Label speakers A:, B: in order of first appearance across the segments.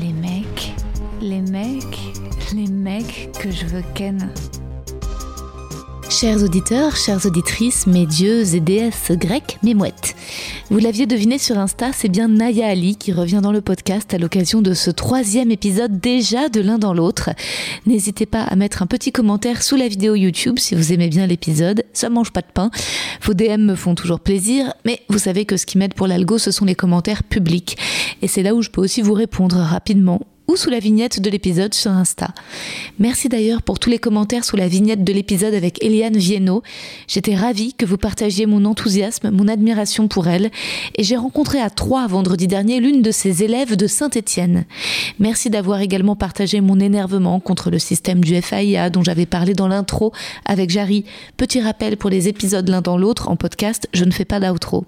A: Les mecs, les mecs, les mecs que je veux ken.
B: Chers auditeurs, chères auditrices, mes dieux et déesses grecques, mes mouettes. Vous l'aviez deviné sur Insta, c'est bien Naya Ali qui revient dans le podcast à l'occasion de ce troisième épisode déjà de l'un dans l'autre. N'hésitez pas à mettre un petit commentaire sous la vidéo YouTube si vous aimez bien l'épisode, ça mange pas de pain. Vos DM me font toujours plaisir, mais vous savez que ce qui m'aide pour l'algo, ce sont les commentaires publics. Et c'est là où je peux aussi vous répondre rapidement ou sous la vignette de l'épisode sur Insta. Merci d'ailleurs pour tous les commentaires sous la vignette de l'épisode avec Eliane Viennot. J'étais ravie que vous partagiez mon enthousiasme, mon admiration pour elle, et j'ai rencontré à Troyes vendredi dernier l'une de ses élèves de Saint-Étienne. Merci d'avoir également partagé mon énervement contre le système du FAIA dont j'avais parlé dans l'intro avec Jarry. Petit rappel pour les épisodes l'un dans l'autre en podcast, je ne fais pas d'outro.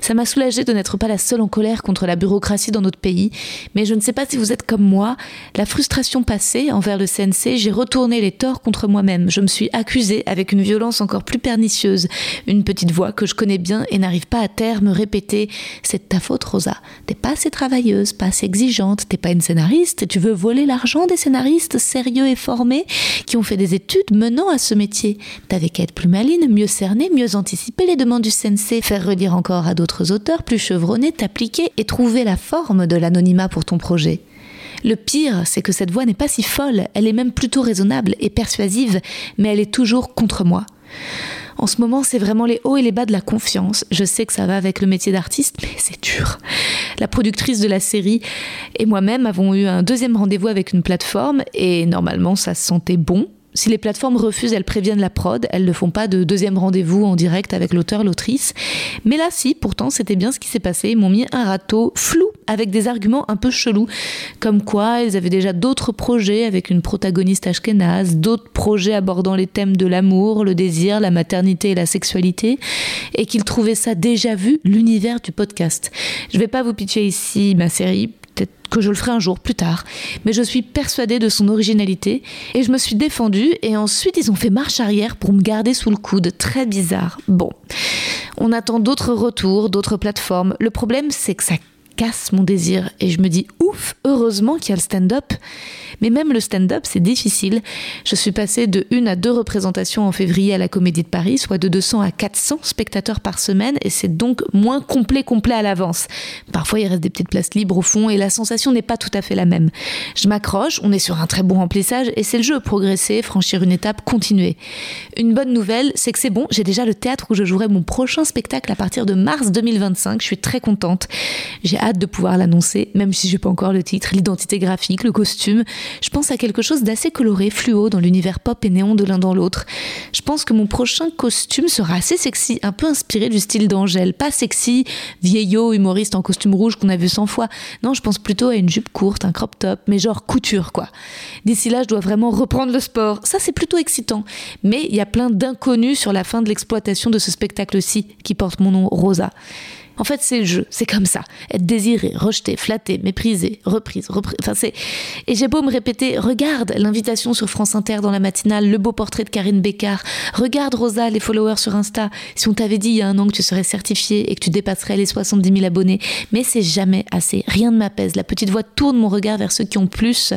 B: Ça m'a soulagée de n'être pas la seule en colère contre la bureaucratie dans notre pays, mais je ne sais pas si vous êtes comme moi. La frustration passée envers le CNC, j'ai retourné les torts contre moi-même. Je me suis accusée avec une violence encore plus pernicieuse. Une petite voix que je connais bien et n'arrive pas à terme répéter C'est de ta faute, Rosa. T'es pas assez travailleuse, pas assez exigeante, t'es pas une scénariste, tu veux voler l'argent des scénaristes sérieux et formés qui ont fait des études menant à ce métier. T'avais qu'à être plus maline, mieux cerner, mieux anticiper les demandes du CNC, faire relire en encore à d'autres auteurs plus chevronnés t'appliquer et trouver la forme de l'anonymat pour ton projet. Le pire, c'est que cette voix n'est pas si folle, elle est même plutôt raisonnable et persuasive, mais elle est toujours contre moi. En ce moment, c'est vraiment les hauts et les bas de la confiance. Je sais que ça va avec le métier d'artiste, mais c'est dur. La productrice de la série et moi-même avons eu un deuxième rendez-vous avec une plateforme, et normalement, ça se sentait bon, si les plateformes refusent, elles préviennent la prod, elles ne font pas de deuxième rendez-vous en direct avec l'auteur, l'autrice. Mais là, si, pourtant, c'était bien ce qui s'est passé. Ils m'ont mis un râteau flou avec des arguments un peu chelous, comme quoi ils avaient déjà d'autres projets avec une protagoniste ashkénaze, d'autres projets abordant les thèmes de l'amour, le désir, la maternité et la sexualité, et qu'ils trouvaient ça déjà vu l'univers du podcast. Je vais pas vous pitcher ici ma série, peut-être que je le ferai un jour plus tard, mais je suis persuadée de son originalité et je me suis défendue et ensuite ils ont fait marche arrière pour me garder sous le coude, très bizarre. Bon, on attend d'autres retours, d'autres plateformes. Le problème c'est que ça casse mon désir et je me dis ouf, heureusement qu'il y a le stand-up. Mais même le stand-up, c'est difficile. Je suis passée de une à deux représentations en février à la Comédie de Paris, soit de 200 à 400 spectateurs par semaine et c'est donc moins complet complet à l'avance. Parfois, il reste des petites places libres au fond et la sensation n'est pas tout à fait la même. Je m'accroche, on est sur un très bon remplissage et c'est le jeu, progresser, franchir une étape, continuer. Une bonne nouvelle, c'est que c'est bon, j'ai déjà le théâtre où je jouerai mon prochain spectacle à partir de mars 2025, je suis très contente. J'ai hâte de pouvoir l'annoncer, même si je n'ai pas encore le titre, l'identité graphique, le costume. Je pense à quelque chose d'assez coloré, fluo, dans l'univers pop et néon de l'un dans l'autre. Je pense que mon prochain costume sera assez sexy, un peu inspiré du style d'Angèle. Pas sexy, vieillot, humoriste en costume rouge qu'on a vu 100 fois. Non, je pense plutôt à une jupe courte, un crop top, mais genre couture, quoi. D'ici là, je dois vraiment reprendre le sport. Ça, c'est plutôt excitant. Mais il y a plein d'inconnus sur la fin de l'exploitation de ce spectacle-ci, qui porte mon nom Rosa. En fait, c'est le jeu, c'est comme ça. Être désiré, rejeté, flatté, méprisé, reprise, reprise. Enfin, c'est. Et j'ai beau me répéter, regarde l'invitation sur France Inter dans la matinale, le beau portrait de Karine Bécard, regarde Rosa, les followers sur Insta. Si on t'avait dit il y a un an que tu serais certifié et que tu dépasserais les 70 000 abonnés, mais c'est jamais assez. Rien ne m'apaise. La petite voix tourne mon regard vers ceux qui ont plus.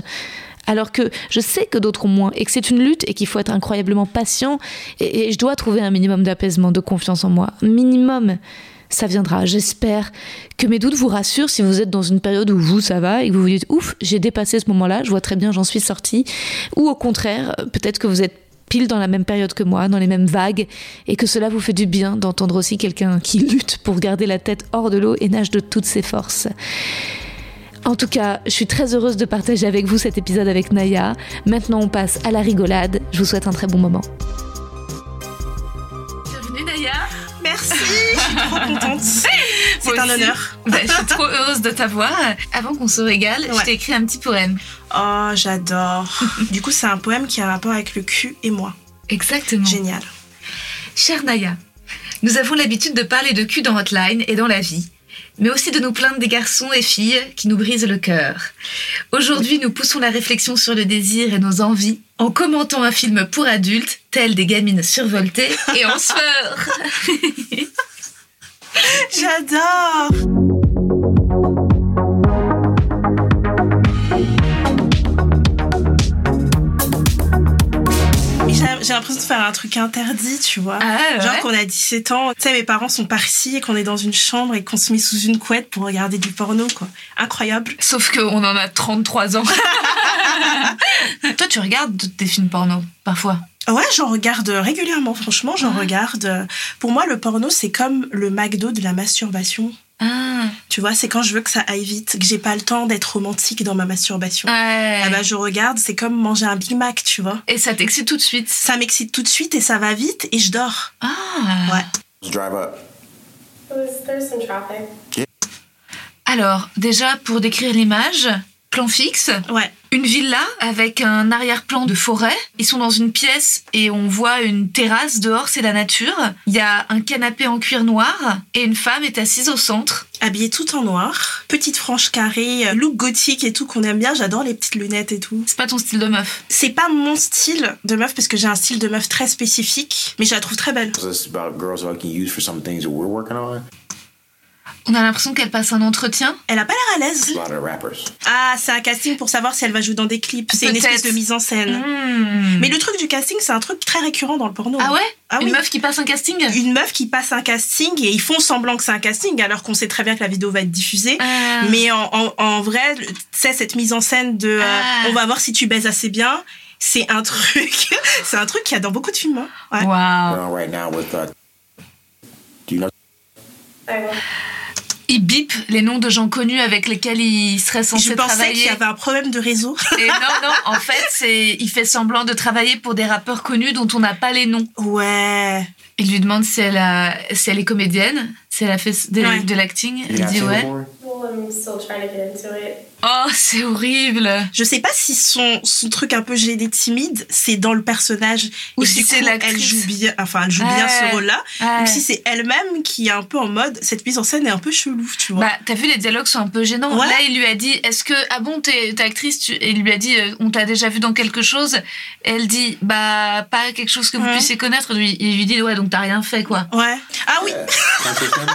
B: Alors que je sais que d'autres ont moins et que c'est une lutte et qu'il faut être incroyablement patient et, et je dois trouver un minimum d'apaisement, de confiance en moi. Minimum. ça viendra. J'espère que mes doutes vous rassurent si vous êtes dans une période où vous, ça va, et que vous vous dites, ouf, j'ai dépassé ce moment-là, je vois très bien, j'en suis sortie. Ou au contraire, peut-être que vous êtes pile dans la même période que moi, dans les mêmes vagues, et que cela vous fait du bien d'entendre aussi quelqu'un qui lutte pour garder la tête hors de l'eau et nage de toutes ses forces. En tout cas, je suis très heureuse de partager avec vous cet épisode avec Naya. Maintenant, on passe à la rigolade. Je vous souhaite un très bon moment.
C: Bienvenue Naya.
D: Merci, je suis trop contente. C'est un
C: aussi.
D: honneur.
C: Bah, je suis trop heureuse de t'avoir. Avant qu'on se régale, je
D: Ouais.
C: t'ai écrit un petit poème.
D: Oh, j'adore. Du coup, c'est un poème qui a un rapport avec le cul et moi.
C: Exactement.
D: Génial.
C: Chère Naya, nous avons l'habitude de parler de cul dans Hotline et dans la vie, mais aussi de nous plaindre des garçons et filles qui nous brisent le cœur. Aujourd'hui, nous poussons la réflexion sur le désir et nos envies en commentant un film pour adultes, tel des gamines survoltées et en sueur.
D: J'adore. Mais J'ai j'ai l'impression de faire un truc interdit, tu vois.
C: Ah,
D: Genre
C: ouais.
D: qu'on a 17 ans, tu sais, mes parents sont partis et qu'on est dans une chambre et qu'on se met sous une couette pour regarder du porno, quoi. Incroyable.
C: Sauf qu'on en a 33 ans. Toi, tu regardes des films porno, parfois.
D: Ouais, j'en regarde régulièrement, franchement, j'en regarde. Pour moi, le porno, c'est comme le McDo de la masturbation.
C: Ah,
D: Tu vois, c'est quand je veux que ça aille vite, que j'ai pas le temps d'être romantique dans ma masturbation.
C: ouais.
D: Ah bah, je regarde, c'est comme manger un Big Mac, tu vois.
C: Et ça t'excite tout de suite.
D: Ça m'excite tout de suite et ça va vite et je dors.
C: Ah.
D: Ouais.
E: Drive up.
F: It was there's some traffic.
C: Alors, déjà, pour décrire l'image, plan fixe,
D: Ouais.
C: une villa avec un arrière-plan de forêt. Ils sont dans une pièce et on voit une terrasse dehors, c'est la nature. Il y a un canapé en cuir noir et une femme est assise au centre.
D: Habillé tout en noir, petite frange carrée, euh, look gothique et tout qu'on aime bien, j'adore les petites lunettes et tout.
C: C'est pas ton style de meuf.
D: C'est pas mon style de meuf parce que j'ai un style de meuf très spécifique, mais je la trouve très belle.
E: So it's about girls who I can use for some things that we're working on.
C: On a l'impression qu'elle passe un entretien.
D: Elle a pas l'air à l'aise.
E: A lot of rappers.
D: Ah, c'est un casting pour savoir si elle va jouer dans des clips. C'est une
C: Peut-être.
D: espèce de mise en scène.
C: Hmm.
D: Mais le truc du casting, c'est un truc très récurrent dans le porno.
C: Ah ouais
D: Ah
C: Une
D: oui.
C: meuf qui passe un casting
D: une meuf qui passe un casting et ils font semblant que c'est un casting alors qu'on sait très bien que la vidéo va être diffusée.
C: Ah.
D: Mais en, en- en vrai, tu sais, cette mise en scène de euh,
C: Ah.
D: on va voir si tu baises assez bien, c'est un truc, c'est un truc qu'il y a dans beaucoup de films. hein. Ouais.
C: Waouh.
E: We're on right now with, uh, do you know?
F: I will
C: Il bip les noms de gens connus avec lesquels il serait censé
D: Je pensais
C: travailler.
D: qu'il y avait un problème de réseau.
C: Et non, non, en fait, c'est, il fait semblant de travailler pour des rappeurs connus dont on n'a pas les noms.
D: Ouais.
C: Il lui demande si elle, a- si elle est comédienne, si elle a fait de,
D: Ouais.
C: de l'acting.
E: You
C: Elle
E: got
C: dit
E: seen
C: ouais.
E: before?
F: well, I'm still trying to get into it.
C: Oh, c'est horrible.
D: Je sais pas si son, son truc un peu gêné timide, c'est dans le personnage
C: Ou
D: et
C: si
D: du
C: c'est
D: coup,
C: l'actrice.
D: elle joue bien, enfin elle joue bien
C: Ouais.
D: ce rôle-là,
C: Ouais.
D: ou si c'est elle-même qui est un peu en mode cette mise en scène est un peu chelou, tu vois.
C: Bah, t'as vu, les dialogues sont un peu gênants.
D: Ouais.
C: Là, il lui a dit Est-ce que. Ah bon, t'es t'es actrice tu- Et il lui a dit euh, On t'a déjà vu dans quelque chose Et elle dit Bah, pas quelque chose que vous
D: Ouais.
C: puissiez connaître. Lui, il lui dit Ouais, donc t'as rien fait, quoi.
D: Ouais. Ah oui,
E: Yeah. Can I say something?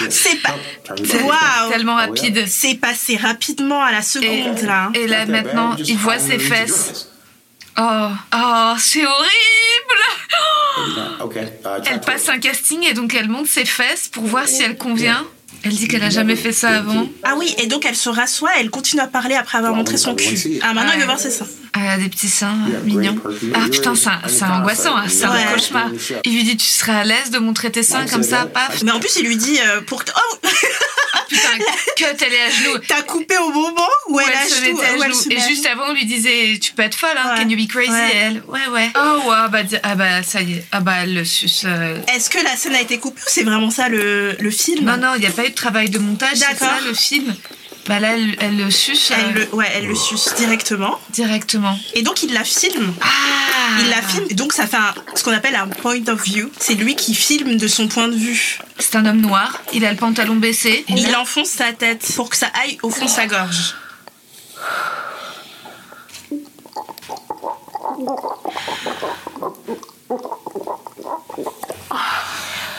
E: Yeah.
D: c'est pas.
E: Oh, turn it
C: C'est
E: off.
D: Waouh.
C: tellement
E: Ah ouais.
C: rapide.
D: C'est passé rapidement à la seconde
C: Euh. Et-
D: là. hein.
C: Et
E: It's not
C: là,
E: that bad.
C: maintenant,
E: You just
C: il voit
E: hire
C: ses
E: me to do
C: fesses.
E: this.
C: Oh, oh c'est horrible
E: It's not- Okay. Uh, try
C: Elle passe
E: twice.
C: un casting et donc elle monte ses fesses pour voir si elle convient. Elle dit qu'elle n'a jamais fait ça avant.
D: Ah oui, et donc elle se rassoit, elle continue à parler après avoir
E: Ouais,
D: montré
E: on-
D: son
E: on
D: cul.
E: sait.
D: Ah maintenant il
C: Ouais.
D: veut voir ses seins.
C: Elle a Ah, des petits seins
E: Yeah,
C: euh, mignons.
E: great person.
C: Ah
E: You're
C: putain,
E: really-
C: ça-
E: I'm
C: c'est
E: kind of
C: angoissant, hein,
E: sorry.
C: c'est un
D: Ouais.
C: cauchemar. Il lui dit tu serais à l'aise de montrer tes seins
E: Ouais,
C: comme
E: c'est
C: ça,
E: vrai.
C: paf.
D: Mais en plus il lui dit euh, pour que- oh
C: Putain, cut, elle est à genoux.
D: t'as coupé au moment où
C: Où
D: elle,
C: elle
D: lâche
C: se
D: tout,
C: mettait à
D: où elle
C: genoux.
D: se met
C: Et
D: à
C: juste
D: genoux.
C: avant, on lui disait Tu peux être folle, hein,
D: Ouais.
C: can you be crazy
D: Ouais.
C: Et elle, ouais, ouais. Oh, ouais, bah, di- ah, bah, ça y est. Ah, bah, elle le suce. euh.
D: Est-ce que la scène a été coupée ou c'est vraiment ça le, le film
C: Non, non, il n'y a pas eu de travail de montage, c'est
D: D'accord.
C: ça le film. Bah là, elle, elle le suce euh,
D: Elle le, ouais, elle le suce directement.
C: directement.
D: Et donc il la filme.
C: Ah
D: Il la filme. Et donc ça fait un- ce qu'on appelle un point of view. C'est lui qui filme de son point de vue.
C: C'est un homme noir, il a le pantalon baissé. Et
D: Il
C: là-
D: enfonce sa tête pour que ça aille au fond de sa gorge.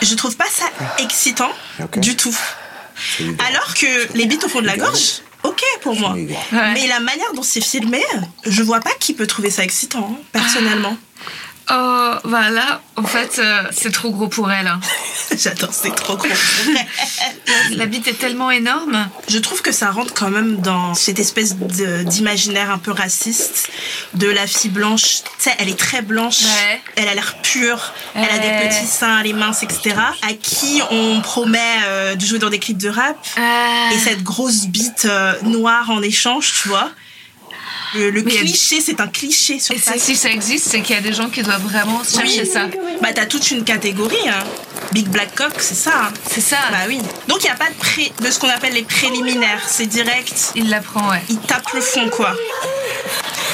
D: Je trouve pas ça excitant
E: Ok.
D: du tout.
E: So you got-
D: Alors que les bites au fond de la gorge, ok pour moi.
E: you got-
C: Ouais.
D: Mais la manière dont c'est filmé, je vois pas qui peut trouver ça excitant, hein, personnellement.
C: Oh, bah là, en fait, euh, c'est trop gros pour elle. hein.
D: J'adore, c'est trop gros.
C: La bite est tellement énorme.
D: Je trouve que ça rentre quand même dans cette espèce de- d'imaginaire un peu raciste de la fille blanche. Tu sais, elle est très blanche,
C: Ouais.
D: elle a l'air pure, elle a
C: Ouais.
D: des petits seins, elle est mince, etc. À qui on promet euh, de jouer dans des clips de rap
C: Ah.
D: et cette grosse bite euh, noire en échange, tu vois. Le, le
C: Mais il y a-
D: cliché, c'est un cliché sur
C: Et
D: ça.
C: ça, si ça existe, c'est qu'il y a des gens qui doivent vraiment chercher ça.
D: Bah, t'as toute une catégorie, hein. Big Black Cock, c'est ça. hein.
C: C'est ça.
D: Bah oui. Donc, il n'y a pas de, pré- de ce qu'on appelle les préliminaires. C'est direct.
C: Il la prend, ouais.
D: Il tape le fond, quoi.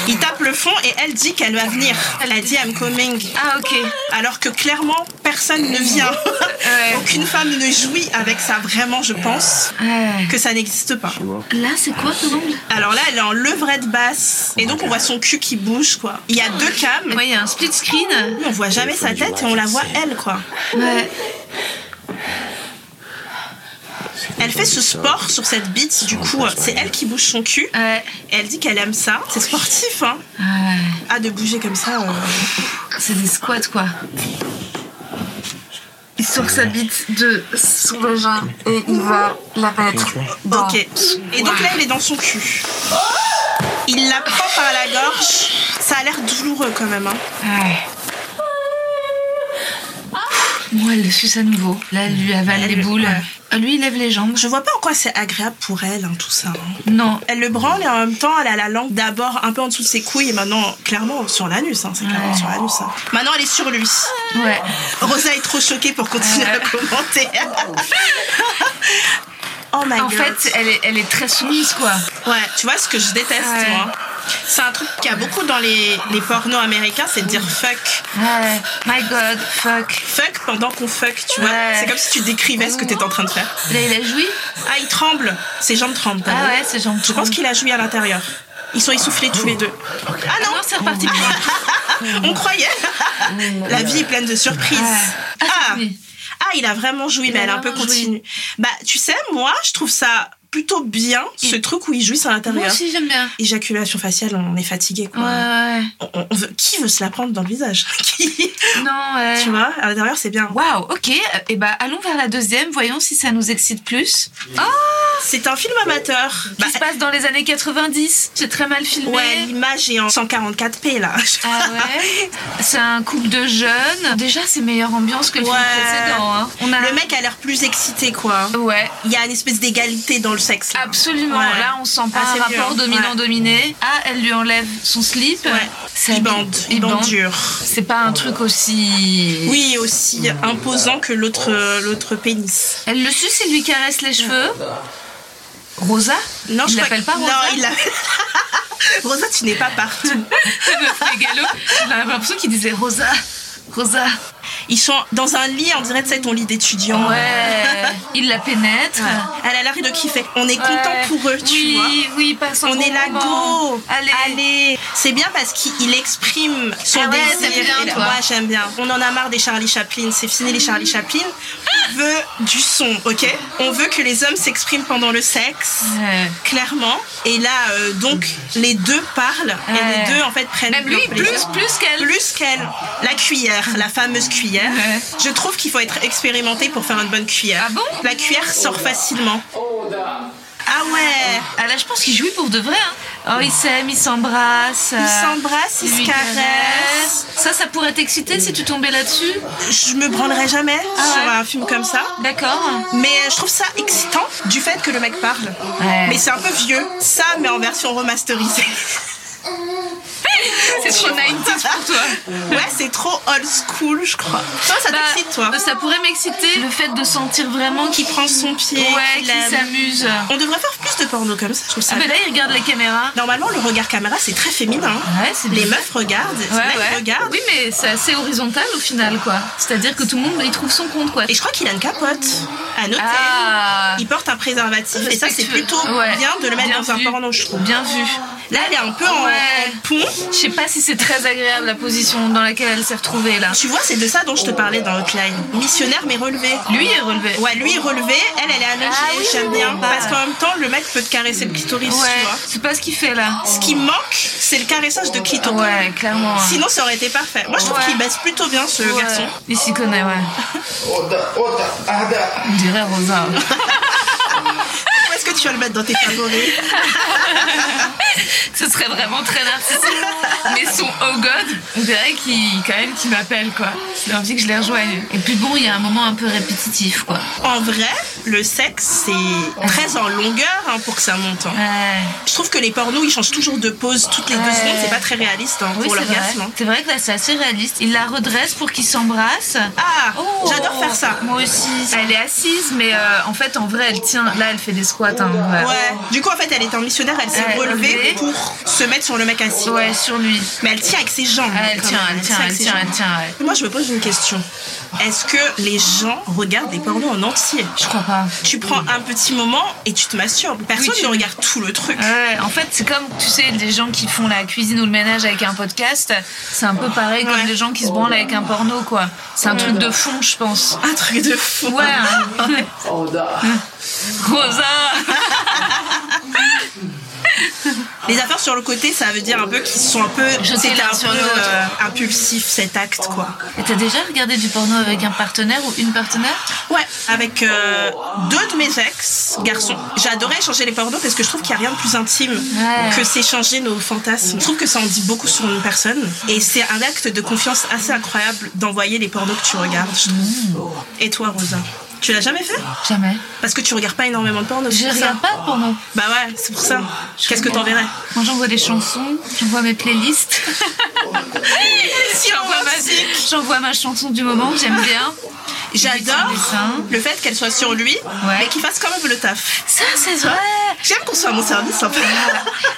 D: Il tape le fond et elle dit qu'elle va venir. Elle a dit I'm coming.
C: Ah, ok.
D: Alors que clairement, personne ne vient.
C: Ouais.
D: Aucune femme ne jouit avec ça, vraiment, je pense
C: Ouais.
D: que ça n'existe pas.
C: Là, c'est quoi ton ongle
D: Alors là, elle est en levrette basse. Et donc, on voit son cul qui bouge, quoi. Il y a deux cams.
C: Ouais, il y a un split screen.
D: On voit jamais sa tête et on la voit elle, quoi.
C: Ouais.
D: Elle fait ce sport sur cette bite, du coup, euh, c'est elle qui bouge son cul.
C: Ouais.
D: Et elle dit qu'elle aime ça. C'est sportif, hein.
C: Ouais.
D: Ah, de bouger comme ça. euh.
C: C'est des squats, quoi. Il sort sa bite de son vagin et il va la mettre dans...
D: Ok. Et donc là, elle est dans son cul. Il la prend par la gorge. Ça a l'air douloureux quand même. Hein.
C: Ouais. Moi, elle le suce à nouveau. Là, elle lui avale les boules. Euh, Lui, il lève les jambes.
D: Je vois pas en quoi c'est agréable pour elle, hein, tout ça. hein.
C: Non.
D: Elle le branle et en même temps, elle a la langue d'abord un peu en dessous de ses couilles et maintenant, clairement, sur l'anus. Hein, c'est clairement
C: Ouais.
D: sur l'anus. hein. Maintenant, elle est sur lui.
C: Ouais.
D: Rosa est trop choquée pour continuer à commenter. oh my
C: En
D: god.
C: fait, elle est, elle est très soumise, quoi.
D: Ouais, tu vois ce que je déteste,
C: Ouais.
D: moi. C'est un truc qu'il y a beaucoup dans les, les pornos américains, c'est de dire fuck.
C: Ouais. My God, fuck.
D: Fuck pendant qu'on fuck, tu vois.
C: Ouais.
D: C'est comme si tu décrivais ce que t'étais en train de faire.
C: Là, il a joui.
D: Ah, il tremble. Ses jambes tremblent. t'as
C: Ah
D: vu
C: ouais, ses jambes
D: Je pense qu'il a joui à l'intérieur. Ils sont essoufflés tous les deux. Ah non,
C: Non, c'est reparti. pour moi. Mm.
D: on croyait. La vie est pleine de surprises.
C: Ouais. Ah, c'est
D: Ah,
C: fini.
D: ah, il a vraiment joui, mais
C: a
D: elle a un peu
C: vraiment joui.
D: continue. Bah, tu sais, moi, je trouve ça plutôt bien, ce truc où ils jouissent à
C: Moi
D: l'intérieur.
C: aussi, j'aime bien.
D: Éjaculation faciale, on est fatigué,
C: Ouais,
D: quoi.
C: ouais.
D: On- on veut- qui veut se la prendre dans le visage Qui
C: Non, ouais.
D: Tu vois, à l'intérieur, c'est bien.
C: Waouh, ok. Et bah, allons vers la deuxième. Voyons si ça nous excite plus.
D: C'est un film amateur.
C: Qui se passe dans les années 90 J'ai très mal filmé.
D: Bah, ouais, l'image est en 144p, là.
C: Ah ouais C'est un couple de jeunes. Déjà, c'est meilleure ambiance que le film
D: Ouais.
C: précédent. hein. On a...
D: Le mec a l'air plus excité, quoi.
C: Ouais,
D: Il y a une espèce d'égalité dans le sexe. là.
C: absolument.
D: Ouais.
C: Là, on sent pas
D: Ah,
C: un
D: c'est
C: rapport
D: mieux, hein.
C: dominant-dominé. Ah, elle lui enlève son slip.
D: Ouais.
C: Ça-
D: Il bande, il bande dur.
C: C'est pas un truc aussi...
D: Oui, aussi imposant que l'autre euh, l'autre pénis.
C: Elle le suce, il lui caresse les cheveux. Rosa
D: Non,
C: Il
D: je crois
C: l'appelle
D: que-
C: pas Rosa
D: Non, il l'appelle... Rosa, tu n'es pas partout.
C: Mégalo. J'avais l'impression qu'il disait Rosa. Rosa.
D: Ils sont dans un lit, on dirait, tu sais, ton lit d'étudiant.
C: Ouais. Il la pénètre.
D: Elle a l'air de kiffer. On est content
C: Ouais.
D: pour eux, tu
C: oui,
D: vois.
C: Oui, passe un
D: On
C: bon
D: est là,
C: moment.
D: go
C: Allez.
D: C'est bien parce qu'il exprime son
C: Ah ouais,
D: désir.
C: t'aimes bien,
D: Et là-
C: toi.
D: Ouais, j'aime bien. On en a marre des Charlie Chaplin. C'est fini les Charlie Chaplin. On veut du son, ok On veut que les hommes s'expriment pendant le sexe,
C: Ouais.
D: clairement. Et là, euh, donc, les deux parlent
C: Ouais.
D: et les deux, en fait, prennent...
C: Même lui,
D: leur plaisir.
C: plus, plus qu'elle.
D: Plus qu'elle. La cuillère, la fameuse cuillère.
C: Ouais.
D: Je trouve qu'il faut être expérimenté pour faire une bonne cuillère.
C: Ah bon
D: La cuillère sort facilement. Ah ouais
C: Ah là, je pense qu'il jouit pour de vrai. Hein. Oh, il s'aime, il s'embrasse. euh,
D: Ils s'embrassent, ils se caressent.
C: Ça, ça pourrait t'exciter si tu tombais là-dessus.
D: Je me branlerai jamais sur
C: Ah ouais.
D: un film comme ça.
C: D'accord.
D: Mais euh, je trouve ça excitant du fait que le mec parle.
C: Ouais.
D: Mais c'est un peu vieux, ça, mais en version remasterisée.
C: C'est trop 90 pour toi.
D: ouais, c'est trop old school, je crois. Toi, ça
C: Bah,
D: t'excite, toi
C: Ça pourrait m'exciter. Le fait de sentir vraiment
D: Qui
C: qu'il
D: prend son pied,
C: ouais,
D: qui
C: qu'il
D: l'aime.
C: s'amuse.
D: On devrait faire plus de porno comme ça, je trouve ça.
C: Ah, mais là, il regarde la caméra.
D: Normalement, le regard caméra, c'est très féminin. hein.
C: Ouais, c'est
D: Les
C: bizarre.
D: meufs regardent, les
C: Ouais,
D: mecs
C: ouais.
D: regardent.
C: Oui, mais c'est assez horizontal au final, quoi. C'est-à-dire que tout le monde y trouve son compte, quoi.
D: Et je crois qu'il a une capote. À noter,
C: Ah
D: il porte un préservatif et ça, c'est
C: Respectueux.
D: plutôt
C: Ouais.
D: bien de le mettre
C: Bien
D: dans un
C: vu.
D: porno, je trouve.
C: Bien vu.
D: Là, elle est un peu en,
C: Ouais.
D: en pont.
C: Je sais pas si c'est très agréable la position dans laquelle elle s'est retrouvée là.
D: Tu vois, c'est de ça dont je te parlais dans Outline. Missionnaire, mais relevé.
C: Lui est relevé.
D: Ouais, lui est relevé, elle, elle est allongée,
C: Ah
D: j'aime bien. Parce qu'en même temps, le mec peut te caresser le clitoris, tu
C: Ouais,
D: vois.
C: c'est pas ce qu'il fait là.
D: Ce qui manque, c'est le caressage de clitoris.
C: Ouais, clairement. hein.
D: Sinon, ça aurait été parfait. Moi, je trouve
C: Ouais.
D: qu'il baisse plutôt bien ce
C: Ouais.
D: garçon.
C: Il s'y connaît, ouais. On dirait Rosa.
D: Où est-ce que tu vas le mettre dans tes favoris
C: Ce serait vraiment très narcissique. Mais son oh god, on dirait qu'il quand même qu'il m'appelle quoi. J'ai envie que je les rejoigne. Et puis bon, il y a un moment un peu répétitif quoi.
D: En vrai, le sexe, c'est très en longueur hein, pour que ça monte. hein.
C: Ouais.
D: Je trouve que les pornos, ils changent toujours de pose toutes les deux
C: Ouais.
D: secondes. C'est pas très réaliste hein,
C: Oui,
D: pour
C: c'est
D: l'orgasme.
C: vrai.
D: hein.
C: C'est vrai que là, c'est assez réaliste. Il la redresse pour qu'ils s'embrassent.
D: Ah,
C: Oh.
D: j'adore faire ça.
C: Moi aussi. Elle est assise, mais euh, en fait, en vrai, elle tient. Là, elle fait des squats. Hein, ouais.
D: Ouais. Du coup, en fait, elle était en missionnaire, elle s'est
C: Ouais,
D: relevée
C: relevée.
D: pour se mettre sur le mec assis.
C: Ouais, sur lui.
D: Mais elle tient avec ses jambes.
C: Ah, elle
D: quand
C: tient,
D: même.
C: elle tient,
D: avec
C: elle
D: ses
C: tient,
D: jambes.
C: elle tient. ouais.
D: Moi, je me pose une question. Est-ce que les gens regardent des pornos en entier
C: Je crois pas.
D: Tu prends un petit moment et tu te masturbes. Personne
C: Oui, tu- Euh.
D: ne regarde tout le truc.
C: Ouais, en fait, c'est comme, tu sais, les gens qui font la cuisine ou le ménage avec un podcast, c'est un peu pareil comme
D: Ouais.
C: les gens qui se branlent avec un porno, quoi. C'est un truc de fond, je pense.
D: Un truc de fou.
C: Ouais. hein.
D: Oh,
C: Rosa.
D: Les affaires sur le côté, ça veut dire un peu qu'ils sont un peu.
C: Jeter
D: C'était
C: l'un
D: un peu
C: sur l'autre.
D: euh, impulsif cet acte, quoi.
C: Et t'as déjà regardé du porno avec un partenaire ou une partenaire
D: Ouais, avec euh, deux de mes ex garçons, j'adorais échanger les pornos parce que je trouve qu'il n'y a rien de plus intime
C: Ouais.
D: que s'échanger nos fantasmes. Je trouve que ça en dit beaucoup sur une personne et c'est un acte de confiance assez incroyable d'envoyer les pornos que tu regardes. je trouve.
C: Mm.
D: Et toi, Rosa tu l'as jamais fait
C: Jamais.
D: Parce que tu regardes pas énormément de porno.
C: Je
D: c'est pour ça.
C: regarde pas de porno.
D: Bah ouais, c'est pour ça. Qu'est-ce que t'enverrais
C: Moi, j'envoie des chansons, j'envoie mes playlists. j'envoie ma, j'envoie ma chanson du moment que j'aime bien.
D: J'adore
C: Des dessins.
D: le fait qu'elle soit sur lui, mais qu'il fasse quand même le taf.
C: Ça, c'est vrai.
D: J'aime qu'on soit à mon service un peu.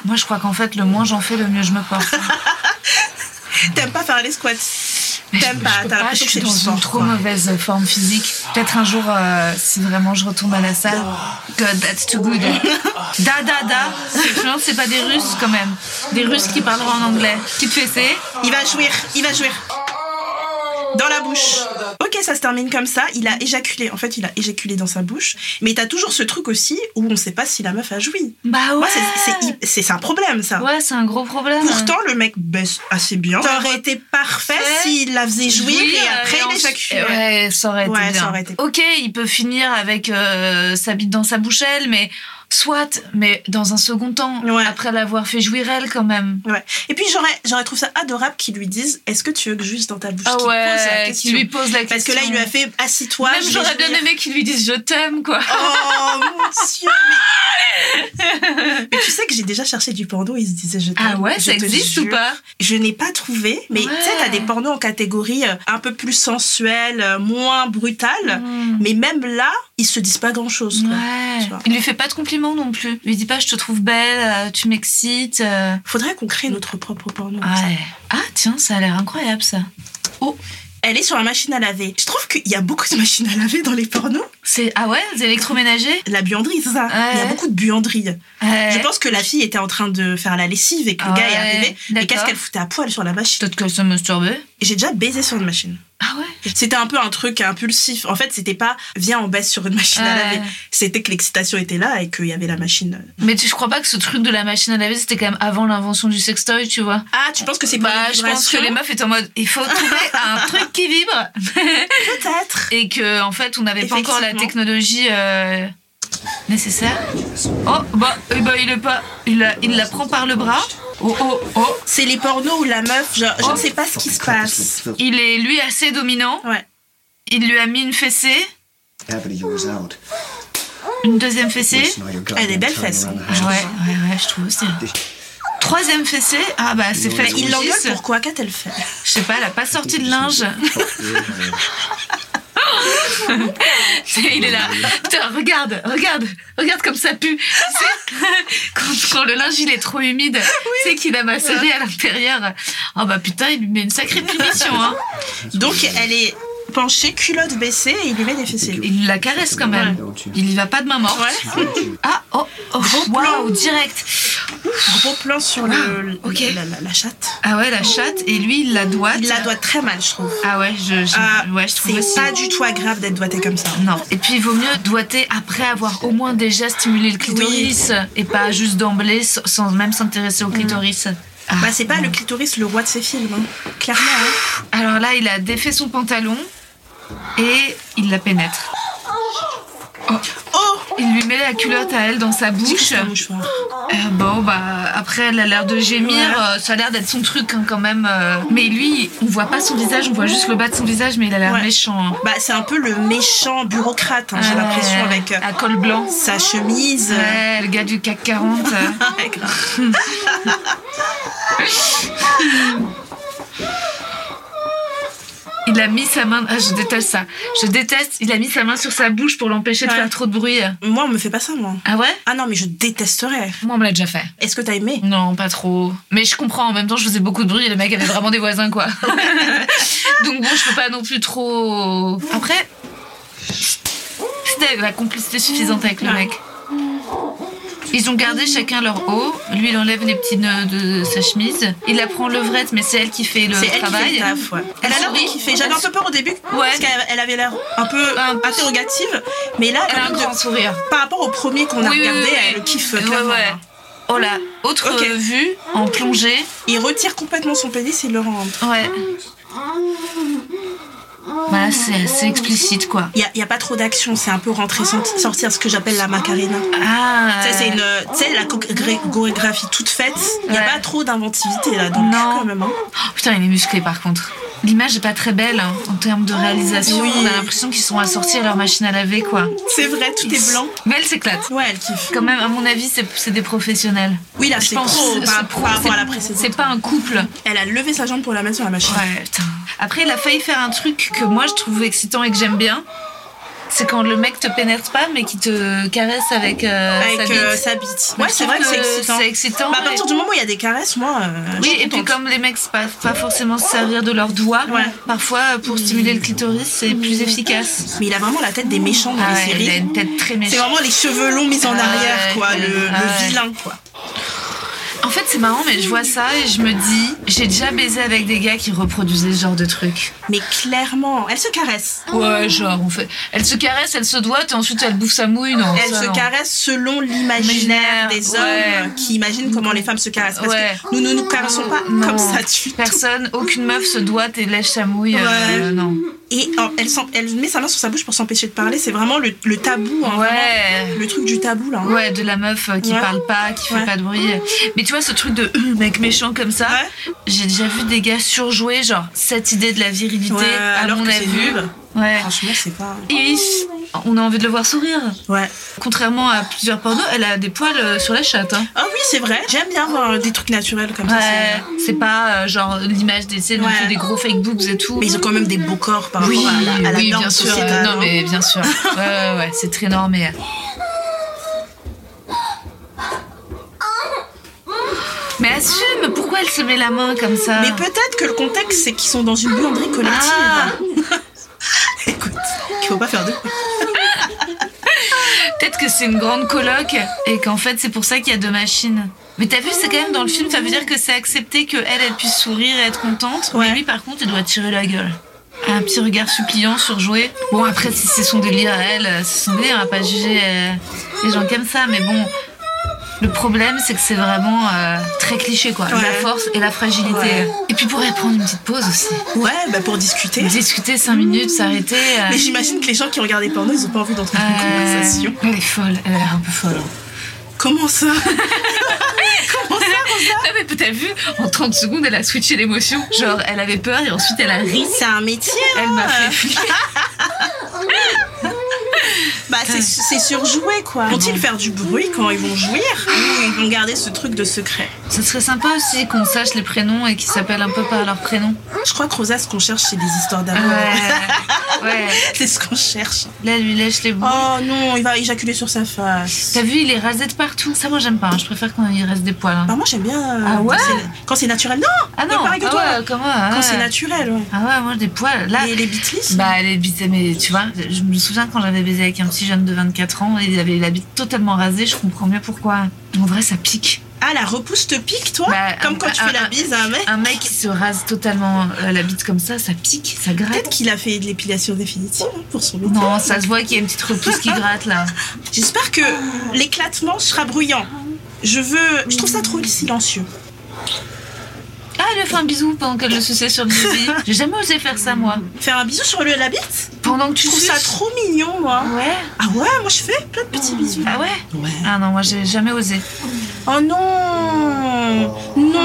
C: Moi, je crois qu'en fait, le moins j'en fais, le mieux je me porte.
D: T'aimes pas faire les squats
C: Mais je-
D: T'aimes
C: je
D: pas,
C: peux
D: t'as
C: pas, je
D: l'impression que
C: suis
D: c'est du
C: dans
D: sport.
C: une trop
D: quoi.
C: mauvaise forme physique. Peut-être un jour, euh, si vraiment je retourne à la salle. God, that's too good. Da da da. Je pense que c'est pas des Russes quand même. Des Russes qui parleront en anglais. Qui te fessée.
D: Il va jouir, il va jouir. Dans la bouche. Ok, ça se termine comme ça. Il a éjaculé. En fait, il a éjaculé dans sa bouche. Mais t'as toujours ce truc aussi où on sait pas si la meuf a joui.
C: Bah
D: Moi,
C: ouais.
D: c'est- c'est hy- c'est c'est un problème, ça.
C: Ouais, c'est un gros problème.
D: Pourtant, le mec baisse assez bien. Ça aurait été parfait
C: Ouais.
D: s'il la faisait jouir et
C: euh,
D: après il
C: ensuite-
D: éjaculait.
C: Ouais, ça aurait été
D: Ouais, ça
C: bien.
D: aurait été.
C: Ok, il peut finir avec euh, sa bite dans sa bouchelle, mais soit, mais dans un second temps,
D: Ouais.
C: après l'avoir fait jouir elle quand même.
D: Ouais. Et puis j'aurais, j'aurais trouvé ça adorable qu'ils lui disent Est-ce que tu veux que juste dans ta bouche
C: Ah
D: Qu'il
C: ouais,
D: pose la
C: qu'il
D: question.
C: lui pose la
D: Parce que là, il lui a fait Assis-toi. je
C: Même
D: vais
C: j'aurais
D: jouir.
C: bien aimé qu'il lui dise je t'aime quoi.
D: Oh mon dieu, mais... mais tu sais que j'ai déjà cherché du porno, ils se disaient je t'aime.
C: Ah ouais,
D: je
C: ça
D: te
C: existe
D: jure.
C: ou pas
D: Je n'ai pas trouvé, mais
C: Ouais.
D: tu sais, t'as des pornos en catégorie euh, un peu plus sensuelle, euh, moins brutale, mais même là, ils se disent pas grand chose.
C: Hmm. Ouais. Il lui fait pas de compliments non plus. Il lui dit pas je te trouve belle, euh, tu m'excites. euh.
D: Faudrait qu'on crée notre propre porno. comme ça.
C: Ouais. Ah tiens, ça a l'air incroyable ça.
D: Elle est sur la machine à laver. Je trouve qu'il y a beaucoup de machines à laver dans les pornos.
C: C'est ah ouais, les électroménagers.
D: La buanderie, c'est ça. Il y a
C: Ouais.
D: beaucoup de buanderie.
C: Ouais.
D: Je pense que la fille était en train de faire la lessive et que le
C: Ouais,
D: gars est arrivé. Mais
C: d'accord.
D: qu'est-ce qu'elle foutait à poil sur la machine
C: Peut-être qu'elle se masturbait.
D: J'ai déjà baisé sur une machine.
C: Ah ouais.
D: C'était un peu un truc impulsif. En fait, c'était pas viens on baisse sur une machine à
C: Ouais.
D: laver. C'était que l'excitation était là et qu'il y avait la machine.
C: Mais tu, je crois pas que ce truc de la machine à laver, c'était quand même avant l'invention du sextoy, tu vois.
D: Ah, tu penses que c'est pas
C: Bah, je pense que les meufs étaient en mode, il faut trouver un truc qui vibre.
D: peut-être.
C: Et que, en fait, on n'avait pas encore la
D: Effectivement.
C: technologie euh, nécessaire. Oh, bah, eh bah, il est pas. Il la, il la prend par le bras. Oh, oh, oh.
D: C'est les pornos où la meuf, genre, je ne sais pas ce qui se passe.
C: Il est, lui, assez dominant.
D: Ouais.
C: Il lui a mis une fessée, une deuxième fessée.
D: Elle est belle fesse.
C: Ouais, ouais, ouais, je trouve aussi. Troisième fessée. Ah, bah, c'est
D: Mais
C: fait.
D: il l'engueule pourquoi Qu'a-t-elle fait
C: Je sais pas, elle a pas sorti de linge. il est là. Putain, regarde, regarde, regarde comme ça pue. Tu sais, quand, quand le linge il est trop humide, tu sais qu'il a macéré à l'intérieur. Oh bah putain, il lui met une sacrée punition. Hein.
D: Donc elle est penché, culotte baissée, et il lui met des fessiers.
C: Il la caresse quand même. Il y va pas de main morte.
D: Ouais.
C: Ah, oh, oh waouh, direct.
D: Gros plan sur le,
C: ok.
D: la, la- la chatte.
C: Ah ouais, la chatte, et lui, il la doit.
D: Il la doit très mal, je trouve.
C: Ah ouais, je, je-
D: Ah,
C: ouais, je trouve
D: c'est
C: aussi.
D: pas du tout agréable d'être doigté comme ça.
C: Non. Et puis il vaut mieux doiter après avoir au moins déjà stimulé le clitoris et pas juste d'emblée sans- sans même s'intéresser au clitoris. Ah,
D: Bah, c'est pas
C: non.
D: le clitoris le roi de ses films, hein. clairement. hein.
C: Alors là, il a défait son pantalon et il la pénètre.
D: Oh
C: Il lui met la culotte à elle dans sa bouche.
D: C'est un mouchoir.
C: Euh, bon, bah après, elle a l'air de gémir.
D: Ouais.
C: euh, ça a l'air d'être son truc hein, quand même. euh. Mais lui, on voit pas son visage, on voit juste le bas de son visage, mais il a l'air
D: Ouais.
C: méchant. hein.
D: Bah, c'est un peu le méchant bureaucrate, hein, j'ai l'impression,
C: Euh,
D: avec euh,
C: à col blanc.
D: sa chemise. euh,
C: Ouais, le gars du CAC 40. euh.
D: avec-
C: Il a mis sa main. Ah, je déteste ça. Je déteste. Il a mis sa main sur sa bouche pour l'empêcher de
D: Ouais.
C: faire trop de bruit.
D: Moi, on me fait pas ça, moi.
C: Ah ouais
D: Ah non, mais je détesterais.
C: Moi, on me l'a déjà fait.
D: Est-ce que t'as aimé
C: Non, pas trop. Mais je comprends. En même temps, je faisais beaucoup de bruit et les mecs avaient vraiment des voisins, quoi. Donc bon, je peux pas non plus trop. Après, c'était la complicité suffisante avec le
D: Ouais.
C: mec. Ils ont gardé chacun leur haut. Lui, il enlève les petits nœuds de sa chemise. Il la prend levrette, mais c'est elle qui fait le
D: C'est elle qui fait
C: Euh, travail.
D: le taf, ouais. Elle a l'air de
C: sourit.
D: kiffer. J'avais un peu peur au début, parce qu'elle elle avait l'air un peu
C: Un peu-
D: interrogative, mais là,
C: elle a un
D: quand même,
C: grand
D: de-
C: sourire.
D: par rapport au premier qu'on a
C: Oui, oui,
D: regardé,
C: oui, oui.
D: elle kiffe hein.
C: Ouais,
D: clairement.
C: ouais. Oh là, autre
D: Ok.
C: vue en plongée.
D: Il retire complètement son pénis, il le rend.
C: Ouais. Bah, c'est c'est explicite quoi.
D: Il n'y a, pas trop d'action, c'est un peu rentrer, sorti- sortir, ce que j'appelle la macarena.
C: Ah.
D: Ça, c'est une. Tu sais, la choré- chorégraphie toute faite. Il n'y a
C: Ouais.
D: pas trop d'inventivité là dans le cul,
C: Non.
D: quand même. hein.
C: Oh, putain, il est musclé par contre. L'image est pas très belle hein, en termes de réalisation.
D: Oui.
C: On a l'impression qu'ils sont assortis à leur machine à laver quoi.
D: C'est vrai, tout est blanc.
C: Mais elle s'éclate.
D: Ouais, elle kiffe.
C: Quand même, à mon avis, c'est c'est des professionnels.
D: Oui, là, c'est pro
C: c'est- c'est
D: par,
C: pro,
D: par rapport à la
C: c'est-
D: précédente.
C: C'est pas un couple.
D: Elle a levé sa jambe pour la mettre sur la machine.
C: Ouais, putain. Après, il a failli faire un truc que moi je trouve excitant et que j'aime bien. C'est quand le mec te pénètre pas, mais qui te caresse avec, euh, sa
D: Avec
C: bite.
D: euh, sa bite.
C: Mais
D: Ouais,
C: je
D: c'est
C: trouve
D: vrai que c'est excitant.
C: C'est excitant.
D: Bah, à
C: et-
D: partir du moment où il y a des caresses, moi. euh, je
C: Oui,
D: suis
C: et puis
D: contente.
C: comme les mecs savent pas forcément se servir de leurs doigts,
D: Ouais.
C: parfois pour stimuler le clitoris, c'est plus efficace.
D: Mais il a vraiment la tête des méchants dans
C: Ah ouais,
D: les
C: il a
D: séries.
C: une tête très
D: C'est
C: méchante.
D: vraiment les cheveux longs mis en
C: Ah
D: arrière,
C: ouais,
D: quoi.
C: ouais,
D: Le, le
C: ah ouais.
D: vilain, quoi.
C: En fait, c'est marrant, mais je vois ça et je me dis, j'ai déjà baisé avec des gars qui reproduisaient ce genre de truc.
D: Mais clairement, elle se caresse.
C: Ouais, genre, on fait. Elle se caresse, elle se doite et ensuite elle bouffe sa mouille, non
D: Elle
C: ça,
D: se
C: non.
D: caresse selon l'imaginaire
C: Imaginaire,
D: des
C: ouais.
D: hommes euh, qui imaginent comment les femmes se caressent. Parce
C: Ouais.
D: que nous ne nous, caressons pas
C: Non.
D: comme ça du tout.
C: Personne, aucune meuf se doite et lèche sa mouille. euh,
D: Ouais.
C: non.
D: Et euh, elle, s'en- elle met sa main sur sa bouche pour s'empêcher de parler. C'est vraiment le, le tabou. hein, vraiment.
C: Ouais.
D: Le truc du tabou, là. hein.
C: Ouais, de la meuf euh, qui
D: Ouais.
C: parle pas, qui fait
D: Ouais.
C: pas de bruit. Mais tu vois, ce truc de euh, mec méchant comme ça,
D: Ouais.
C: j'ai déjà vu des gars surjouer, genre, cette idée de la virilité,
D: Ouais,
C: à
D: alors
C: mon
D: que c'est
C: avis.
D: nul.
C: Ouais.
D: Franchement, c'est pas.
C: Et on a envie de le voir sourire.
D: Ouais.
C: Contrairement à plusieurs pornos, elle a des poils euh, sur la chatte. hein.
D: Ah oui, c'est vrai. J'aime bien voir des trucs naturels comme ça.
C: Ouais,
D: c'est-
C: c'est pas euh, genre l'image des, tu sais, non
D: Ouais.
C: plus des gros fake boobs et tout.
D: Mais ils ont quand même des beaux corps par
C: oui,
D: rapport à la, à la
C: oui,
D: norme
C: bien sûr.
D: sociétale,
C: non,
D: hein.
C: mais bien sûr. Ouais, ouais, ouais, c'est très normé. Mais assume, pourquoi elle se met la main comme ça
D: Mais peut-être que le contexte, c'est qu'ils sont dans une buanderie collective. hein.
C: Ah.
D: Écoute, qu'il faut pas faire de.
C: Peut-être que c'est une grande coloc et qu'en fait c'est pour ça qu'il y a deux machines. Mais t'as vu, c'est quand même dans le film, ça veut dire que c'est accepté que elle, elle puisse sourire et être contente.
D: Ouais.
C: Mais lui, par contre, il doit tirer la gueule. Un petit regard suppliant, surjoué. Bon, après, si c'est son délire à elle, euh, c'est son délire, on va pas juger euh, les gens comme ça. Mais bon, le problème, c'est que c'est vraiment euh, très cliché, quoi.
D: Ouais.
C: La force et la fragilité.
D: Ouais.
C: Et puis, pourrait prendre une petite pause aussi.
D: Ouais, bah pour discuter.
C: Discuter cinq minutes, s'arrêter. euh,
D: Mais j'imagine que les gens qui ont regardé porno, ils ont pas envie d'entrer dans une
C: euh,
D: conversation.
C: Elle est folle, elle a l'air un peu folle.
D: Comment ça
C: Non Ah, mais t'as vu, en 30 secondes, elle a switché l'émotion. Genre, elle avait peur et ensuite elle a ri. hein. Ah.
D: C'est un métier.
C: Elle m'a fait flipper.
D: Bah, c'est c'est surjoué, quoi. Vont-ils faire du bruit quand ils vont jouir
C: Ah
D: Ou ils vont garder ce truc de secret
C: Ça serait sympa aussi qu'on sache les prénoms et qu'ils s'appellent un peu par leur prénom.
D: Je crois que Rosa, ce qu'on cherche, c'est des histoires d'amour.
C: Ouais. ouais.
D: c'est ce qu'on cherche.
C: Là, lui lèche les bouts.
D: Oh non, il va éjaculer sur sa face.
C: T'as vu, il est rasé de partout. Ça, moi, j'aime pas. hein. Je préfère qu'on y reste des poils. hein.
D: Bah, moi, j'aime bien. euh,
C: Ah
D: quand
C: ouais
D: c'est- Quand c'est naturel. Non
C: Ah
D: mais
C: non,
D: pareil que
C: ah
D: toi.
C: ouais, comment ah
D: Quand
C: ouais.
D: c'est naturel, ouais.
C: Ah ouais, moi, des poils. Là,
D: Et les bitlis
C: Bah, les bites, mais tu vois, je me souviens quand j'avais baisé avec un petit jeune de 24 ans, il avait la bite totalement rasée, je comprends mieux pourquoi. En vrai, ça pique.
D: Ah, la repousse te pique, toi
C: Bah,
D: Comme
C: un-
D: quand tu
C: un-
D: fais la
C: un-
D: bise à un mec
C: Un mec qui se rase totalement euh, la bite comme ça, ça pique, ça gratte.
D: Peut-être qu'il a fait de l'épilation définitive hein, pour son métier.
C: Non, ça se voit qu'il y a une petite repousse qui gratte là.
D: J'espère que
C: Ah.
D: l'éclatement sera bruyant. Je veux. Je trouve ça trop silencieux.
C: Ah, elle lui a fait un bisou pendant qu'elle le suçait sur le zizi. J'ai jamais osé faire ça moi.
D: Faire un bisou sur le la bite
C: Pendant que tu
D: Je trouve ça
C: suces.
D: trop mignon, moi.
C: Ouais.
D: Ah ouais, moi je fais plein de petits bisous.
C: Ah ouais Ah non, moi j'ai jamais osé.
D: Oh non Non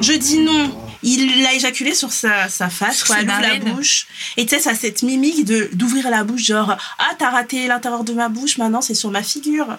D: Je dis non il l'a éjaculé sur sa, sa face,
C: Sur
D: quoi,
C: ses
D: elle ouvre la
C: narines.
D: bouche. Et tu sais, ça a cette mimique de- d'ouvrir la bouche, genre « Ah, t'as raté l'intérieur de ma bouche, maintenant c'est sur ma figure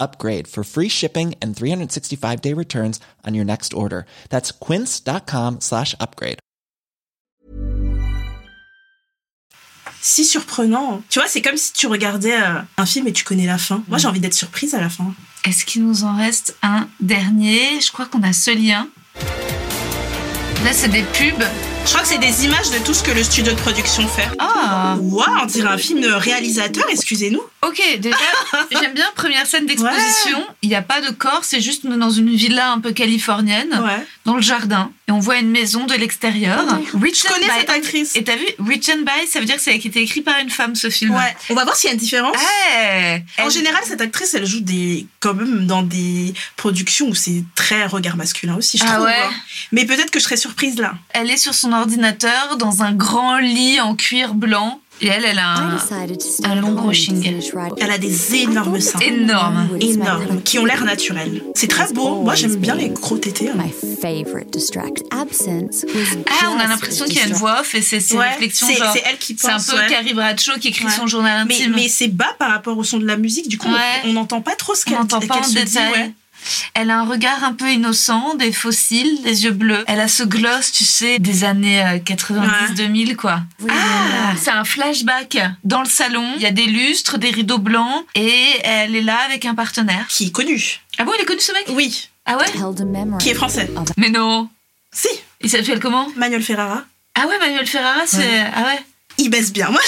G: upgrade for free shipping and 365 day returns on your next order. That's quince.com slash upgrade. ».
D: Si surprenant. Tu vois, c'est comme si tu regardais euh, un film et tu connais la fin. Moi, j'ai
C: Mm.
D: envie d'être surprise à la fin.
C: Est-ce qu'il nous en reste un dernier Je crois qu'on a ce lien. Là, c'est des pubs.
D: Je crois que c'est des images de tout ce que le studio de production fait.
C: Ah
D: Waouh, on dirait un film de réalisateur, excusez-nous.
C: Ok, déjà, j'aime bien première scène d'exposition. Il n'y a pas de corps, c'est juste on est dans une villa un peu californienne,
D: Ouais.
C: dans le jardin. Et on voit une maison de l'extérieur.
D: Je
C: Written
D: connais
C: by-
D: cette actrice.
C: Et t'as vu, Written by, ça veut dire que ça a été écrit par une femme, ce film.
D: Ouais. On va voir s'il y a une différence.
C: Hey
D: En
C: Ah, Elle-
D: général, cette actrice, elle joue des, quand même dans des productions où c'est très regard masculin aussi, je
C: Ah
D: trouve.
C: ouais.
D: hein. Mais peut-être que je serais surprise là.
C: Elle est sur son ordinateur dans un grand lit en cuir blanc. Et elle, elle a
H: Ah,
C: un... un long brushing.
D: Elle a des énormes seins.
C: Énorme.
D: Énormes, qui ont l'air naturels. C'est très beau. Moi, j'aime bien les gros tétés. hein.
C: Ah, on a l'impression qu'il y a une voix off et c'est ses
D: Ouais,
C: réflexions
D: c'est-
C: genre...
D: c'est elle qui
C: C'est un
D: pense.
C: peu
D: ouais.
C: Carrie Bradshaw qui écrit
D: Ouais.
C: son journal
D: Mais,
C: intime.
D: mais c'est bas par rapport au son de la musique. Du coup, on-
C: Ouais.
D: on n'entend pas trop ce
C: on
D: qu'elle
C: n'entend pas
D: qu'elle
C: en
D: se dit,
C: détail.
D: ouais.
C: Elle a un regard un peu innocent, des fossiles, des yeux bleus. Elle a ce gloss, tu sais, des années euh, 90
D: Ouais.
C: 2000 quoi. Ah, c'est un flashback dans le salon. Il y a des lustres, des rideaux blancs et elle est là avec un partenaire.
D: Qui est connue.
C: Ah bon, il est connu ce mec
D: Oui.
C: Ah ouais
D: Qui est français.
C: Mais non.
D: Si.
C: Il s'appelle comment
D: Manuel Ferrara.
C: Ah ouais, Manuel Ferrara, c'est ah ouais.
D: Il baisse bien. Moi,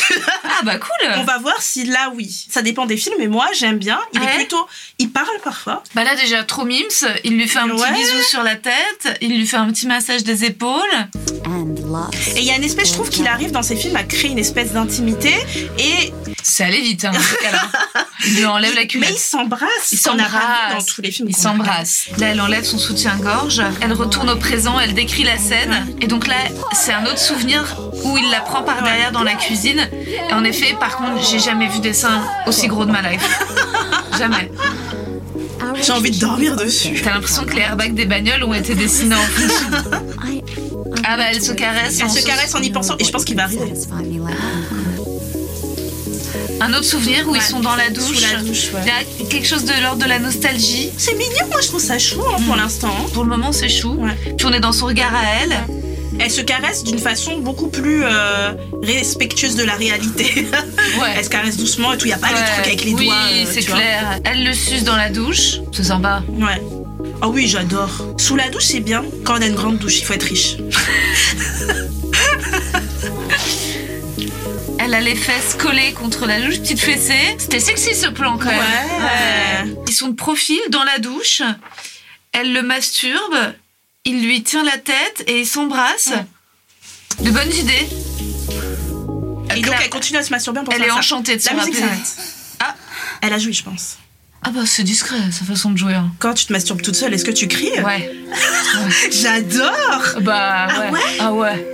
C: Ah bah cool.
D: on va voir si là, oui. Ça dépend des films, mais moi, j'aime bien. Il
C: Ouais.
D: est plutôt. Il parle parfois.
C: Bah là déjà trop mimes, il lui fait un
D: Ouais.
C: petit bisou sur la tête, il lui fait un petit massage des épaules.
D: Et il y a une espèce, je trouve qu'il arrive dans ses films à créer une espèce d'intimité et
C: C'est allé vite, hein, dans ce cas-là. Il lui enlève la
D: mais il
C: culotte.
D: s'embrasse.
C: Il
D: qu'on n'a pas vu
C: s'embrasse.
D: dans tous les films.
C: Il
D: qu'on a
C: s'embrasse. Là, elle enlève son soutien-gorge. Elle retourne au présent, elle décrit la scène. Et donc là, c'est un autre souvenir où il la prend par derrière dans la cuisine. Et en effet, par contre, j'ai jamais vu des seins aussi gros de ma life. Jamais.
D: regardés. J'ai envie de dormir dessus.
C: T'as l'impression que les airbags des bagnoles ont été dessinés en fonction. Ah bah, elle se caresse.
D: Elle
C: en
D: se
C: se-
D: caresse en y pensant et je pense qu'il va arriver.
C: Un autre souvenir où ils sont dans la douche.
D: Sous la douche, ouais.
C: Il y a quelque chose de l'ordre de la nostalgie.
D: C'est mignon, moi je trouve ça chou hein,
C: Mm.
D: pour l'instant. hein.
C: Pour le moment, c'est chou.
D: Ouais.
C: Puis on est dans son regard à elle.
D: Elle se caresse d'une façon beaucoup plus euh, respectueuse de la réalité.
C: Ouais.
D: Elle se caresse doucement et tout, il n'y a pas Ah, le truc avec les
C: oui,
D: doigts. euh,
C: c'est
D: tu vois.
C: clair. Elle le suce dans la douche. C'est sympa.
D: Ouais. Ah oui, j'adore. Sous la douche, c'est bien. Quand on a une grande douche, il faut être riche.
C: Euh, Elle a les fesses collées contre la douche, petite fessée. C'était sexy ce plan quand même.
D: Ouais.
C: Ils sont de profil dans la douche. Elle le masturbe. Il lui tient la tête et ils s'embrassent. De bonnes idées.
D: Et donc,
C: Claire-
D: elle continue à se masturber en pensant
C: Elle est
D: à ça.
C: enchantée de se
D: La musique
C: rappeler.
D: s'arrête. Ah, elle a joui, je pense.
C: Ah bah c'est discret, sa façon de jouer. hein.
D: Quand tu te masturbes toute seule, est-ce que tu cries
C: Ouais.
D: J'adore
C: Bah
D: Ah
C: ouais.
D: ouais
C: Ah ouais.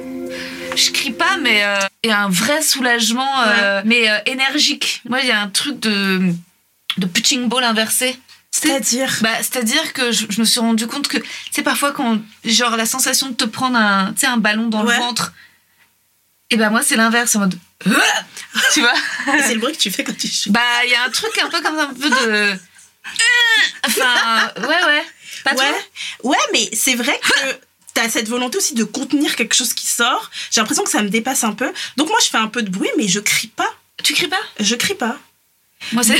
C: Je crie pas, mais euh, il y a un vrai soulagement, euh, mais euh, énergique. Moi, il y a un truc de, de pitching ball inversé.
D: C'est-à-dire
C: Bah, c'est-à-dire que je, je me suis rendu compte que c'est parfois quand genre la sensation de te prendre un tu sais un ballon dans
D: Ouais.
C: le ventre. Et bah moi c'est l'inverse en mode Ah tu vois.
D: Mais C'est le bruit que tu fais quand tu chies.
C: Bah il y a un truc un peu comme un peu de enfin ouais ouais. Pas
D: ouais.
C: bah, toi
D: ouais, mais c'est vrai que t'as cette volonté aussi de contenir quelque chose qui sort. J'ai l'impression que ça me dépasse un peu. Donc moi, je fais un peu de bruit, mais je crie pas.
C: Tu cries pas
D: Je crie pas.
C: Moi c'est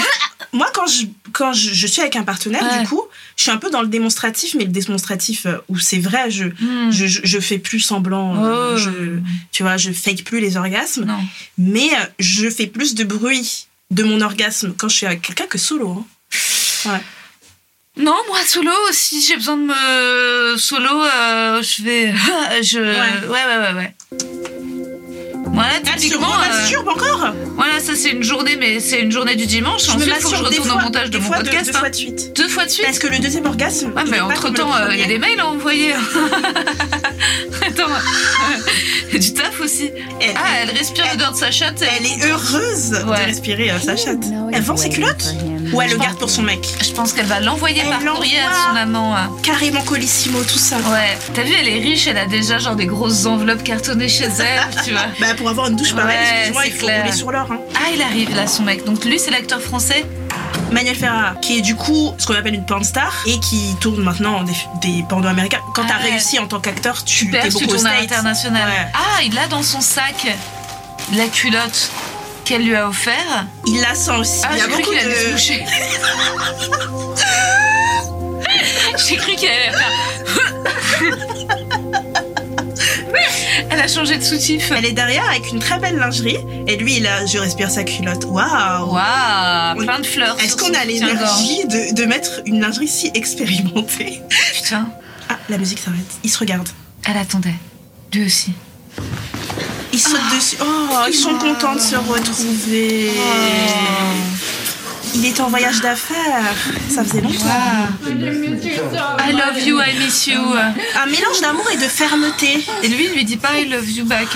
D: Moi, quand je, quand je, je suis avec un partenaire,
C: Ouais.
D: du coup, je suis un peu dans le démonstratif, mais le démonstratif euh, où c'est vrai, je,
C: Hmm.
D: je, je- je fais plus semblant. euh,
C: Oh.
D: je- tu vois, je fake plus les orgasmes,
C: non.
D: mais euh, je fais plus de bruit de mon orgasme quand je suis avec quelqu'un que solo. hein.
C: Non, moi solo, si j'ai besoin de me solo, euh, je vais je
D: Ouais.
C: ouais ouais ouais ouais. Voilà,
D: Ah, tu
C: typiquement, euh,
D: masturbe encore
C: Voilà, ça c'est une journée, mais c'est une journée du dimanche. Ensuite, faut que je
D: des
C: retourne
D: fois-
C: au montage de
D: des
C: mon
D: fois
C: podcast.
D: deux,
C: hein.
D: fois de suite.
C: Deux fois de suite
D: Parce que le deuxième orgasme.
C: Ouais,
D: il
C: mais
D: est pas comme le
C: entre-temps, euh, il y a
D: premier.
C: des mails à envoyer. Attends, il y a du taf aussi.
D: Elle,
C: Ah, elle respire l'odeur de sa chatte.
D: elle est heureuse
C: Ouais.
D: de respirer euh, sa chatte. Elle vend ses culottes Ou elle le garde pour son mec
C: Je pense qu'elle va l'envoyer
D: Elle
C: par courrier à
D: l'envoie.
C: son maman. hein.
D: Carrément colissimo, tout ça.
C: Ouais, t'as vu, elle est riche, elle a déjà genre des grosses enveloppes cartonnées chez elle, tu vois.
D: Bah, pour avoir une douche pareille,
C: Ouais,
D: excuse-moi,
C: c'est
D: il faut
C: clair.
D: rouler sur l'or. hein.
C: Ah, il arrive là, son mec. Donc lui, c'est l'acteur français.
D: Manuel Ferrara, qui est du coup ce qu'on appelle une porn star et qui tourne maintenant des, des pornos américains. Quand
C: Ah
D: t'as
C: ouais.
D: réussi en tant qu'acteur, tu
C: Super,
D: t'es beaucoup
C: tu
D: aux
C: tournes à
D: States.
C: l'international.
D: Ouais.
C: Ah, il a dans son sac la culotte qu'elle lui a offert.
D: Il la sent aussi.
C: Ah,
D: il y a
C: j'ai cru
D: beaucoup
C: qu'il allait se
D: de.
C: moucher. j'ai cru qu'elle allait faire- Elle a changé de soutif.
D: Elle est derrière avec une très belle lingerie et lui, il a je respire sa culotte. Waouh!
C: Waouh,
D: Oui.
C: plein de fleurs.
D: Est-ce
C: sur
D: qu'on
C: son
D: a
C: soutien-gorge.
D: l'énergie de, de mettre une lingerie si expérimentée
C: Putain,
D: Ah, la musique s'arrête. Ils se regardent.
C: elle attendait. Lui aussi.
D: Ils sautent
C: Ah.
D: dessus. Oh, ils sont contents de se retrouver.
C: Ah.
D: Il est en voyage d'affaires. Ça faisait longtemps.
C: I love you, I miss you.
D: Un mélange d'amour et de fermeté.
C: Et lui, il lui dit pas I love you back.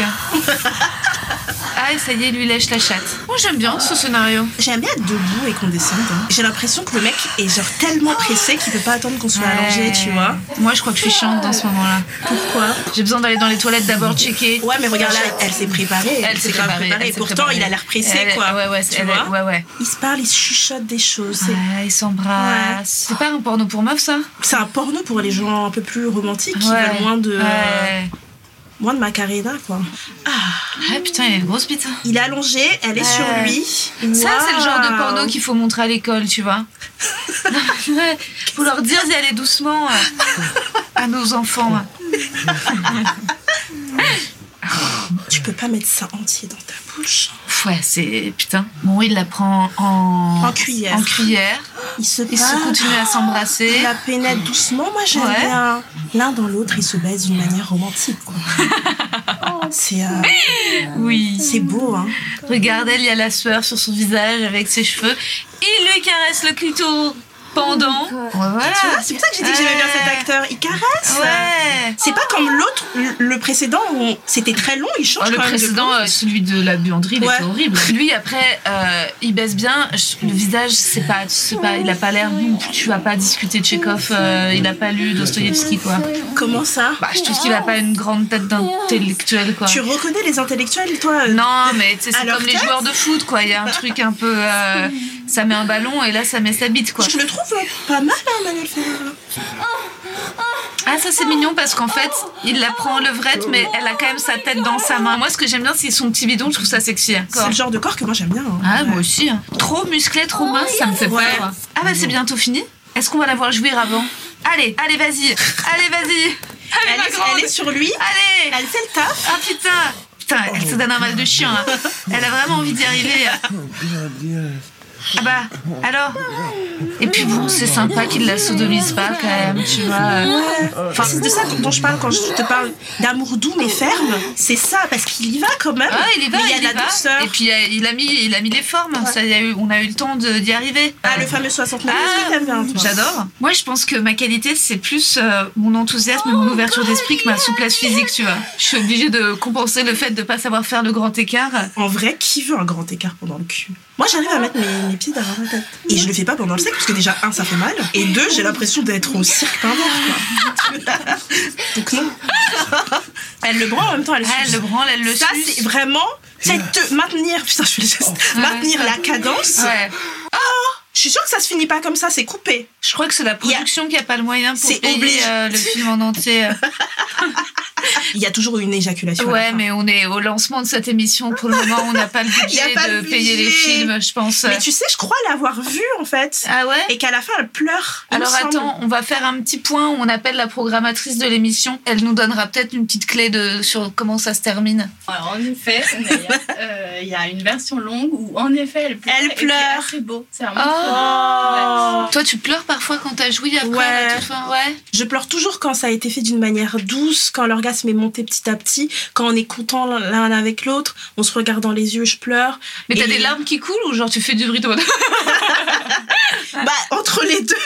C: Ah, et ça y est, il lui lèche la chatte. Moi, j'aime bien ce scénario.
D: J'aime bien être debout et qu'on descende. hein. J'ai l'impression que le mec est genre tellement pressé qu'il peut pas attendre qu'on soit allongé, tu vois.
C: Euh, Moi, je crois que je suis chiante dans ce moment-là.
D: Pourquoi
C: J'ai besoin d'aller dans les toilettes d'abord checker.
D: Ouais, mais regarde là, elle s'est préparée.
C: Elle s'est
D: grave
C: préparée. elle s'est
D: Pourtant,
C: préparée.
D: il a l'air pressé,
C: Elle est-
D: quoi.
C: Ouais, ouais,
D: tu
C: elle est-
D: vois
C: ouais, ouais.
D: Ils se parlent, ils se chuchotent des choses. C'est-
C: Ouais, ils s'embrassent.
D: Ouais.
C: C'est pas un porno pour meuf, ça
D: C'est un porno pour les gens un peu plus romantiques qui
C: Ouais.
D: veulent moins de, euh,
C: Ouais.
D: moins de Macarena, quoi.
C: Ah putain, il a une grosse bite. hein.
D: Il est allongé, elle est sur
C: Ouais.
D: lui.
C: Ça, c'est le genre de
D: Waouh.
C: porno qu'il faut montrer à l'école, tu vois. ouais, faut leur dire d'y aller doucement euh, à nos enfants.
D: Tu peux pas mettre ça entier dans ta bouche.
C: Pff, Ouais, c'est. Putain. Bon, il la prend en.
D: En cuillère.
C: En cuillère. Ah.
D: Ils se
C: Ils se
D: parlent.
C: continuent à s'embrasser.
D: Il la pénètre doucement, moi j'aime
C: Ouais.
D: bien. L'un dans l'autre, ils se baisent d'une manière romantique. quoi. c'est euh,
C: Oui.
D: c'est beau, hein.
C: Regarde, elle, il y a la sueur sur son visage avec ses cheveux. Il lui caresse le clito pendant. Ouais, voilà.
D: Tu vois, Ah, c'est pour ça que j'ai dit que j'aimais bien cet acteur. Il caresse.
C: Ouais.
D: C'est pas comme l'autre, le- le précédent où c'était très long, il change
C: Oh, le
D: quand même de
C: précédent,
D: plan.
C: euh, celui de la buanderie, il
D: Ouais.
C: était horrible. Lui, après, euh, il baisse bien. Je- Le visage, c'est pas, c'est pas, il a pas l'air. bon, Tu vas pas discuter de Chekhov. euh, il a pas lu Dostoïevski, quoi.
D: Comment ça
C: Bah, je trouve qu'il a pas une grande tête d'intellectuel, quoi.
D: Tu reconnais les intellectuels, toi euh,
C: Non, mais tu sais, c'est
D: Alors
C: comme les
D: que-
C: joueurs de foot, quoi. Il y a un truc un peu. euh, ça met un ballon et là, ça met sa bite, quoi.
D: Je le trouve euh, pas mal, hein, Manuel Ferrara.
C: Ah ça c'est mignon parce qu'en fait il la prend en levrette mais elle a quand même sa tête dans sa main. Moi ce que j'aime bien c'est son petit bidon, je trouve ça sexy. hein.
D: C'est le genre de corps que moi j'aime bien. hein.
C: Ah moi aussi. hein. Trop musclé, trop mince, ça me fait
D: Ouais.
C: peur. Ah bah c'est bientôt fini. Est-ce qu'on va la voir jouir avant Allez, allez vas-y, allez vas-y. Allez,
D: Elle,
C: ma
D: est,
C: grande. Ah,
D: elle est sur lui,
C: Allez
D: elle fait le taf.
C: Ah putain Putain, elle se donne un mal de chien. hein. Elle a vraiment envie d'y arriver. hein. Ah bah, alors Et puis bon, c'est sympa qu'il la sodomise pas quand même, tu vois.
D: Enfin, c'est de ça dont dont je parle quand je te parle d'amour doux mais ferme. C'est ça, parce qu'il y va quand même.
C: Oh. Ah, il y va,
D: Mais il y a
C: il
D: de
C: y
D: la
C: va.
D: douceur.
C: Et puis euh, il a mis, il a mis les formes, ça, il y a eu- on a eu le temps de- d'y arriver.
D: Ah, le fameux 69, est-ce que
C: Ah,
D: t'avais un toi
C: j'adore. Moi, je pense que ma qualité, c'est plus euh, mon enthousiasme et
D: Oh,
C: mon ouverture d'esprit que ma souplesse physique, tu vois. Je suis obligée de compenser le fait de pas savoir faire le grand écart.
D: En vrai, qui veut un grand écart pendant le cul Moi, j'arrive à mettre mes, mes pieds derrière ma tête. Et je le fais pas pendant le sexe, parce que déjà, un, ça fait mal. Et deux, j'ai l'impression d'être au cirque pervers, quoi. Donc non. Elle le branle en même temps, elle le
C: Ah, elle
D: suce.
C: le branle, elle le
D: Ça,
C: suce.
D: c'est vraiment... C'est de maintenir... Putain, je fais le geste. Maintenir la cadence. Oh,
C: Ouais.
D: Je suis sûre que ça se finit pas comme ça, c'est coupé.
C: Je crois que c'est la production qui a pas le moyen pour
D: C'est
C: payer
D: obligé.
C: euh, le film en entier.
D: Il y a toujours une éjaculation. à la
C: Ouais,
D: fin.
C: mais on est au lancement de cette émission. Pour le moment, on n'a pas le
D: Il y a
C: budget
D: pas
C: de
D: le
C: payer les
D: budget.
C: films, je pense.
D: Mais tu sais, je crois l'avoir vu en fait.
C: Ah ouais
D: Et qu'à la fin, elle pleure. il me
C: Alors
D: semble.
C: attends, on va faire un petit point. On appelle la programmatrice de l'émission. Elle nous donnera peut-être une petite clé de sur comment ça se termine.
I: Alors, en effet, Naya, euh, il y a une version longue où, en effet, elle pleure.
D: Elle
I: et c'est
D: pleure.
I: assez beau. C'est vraiment
D: Oh.
C: Ah Toi, tu pleures parfois quand t'as joui après
D: Ouais.
C: la toute fin. Ouais.
D: Je pleure toujours quand ça a été fait d'une manière douce, quand l'orgasme est monté petit à petit, quand on est content l'un avec l'autre, on se regarde dans les yeux, je pleure.
C: Mais t'as
D: Et-
C: des larmes qui coulent ou genre tu fais du bruit de
D: Bah, entre les deux,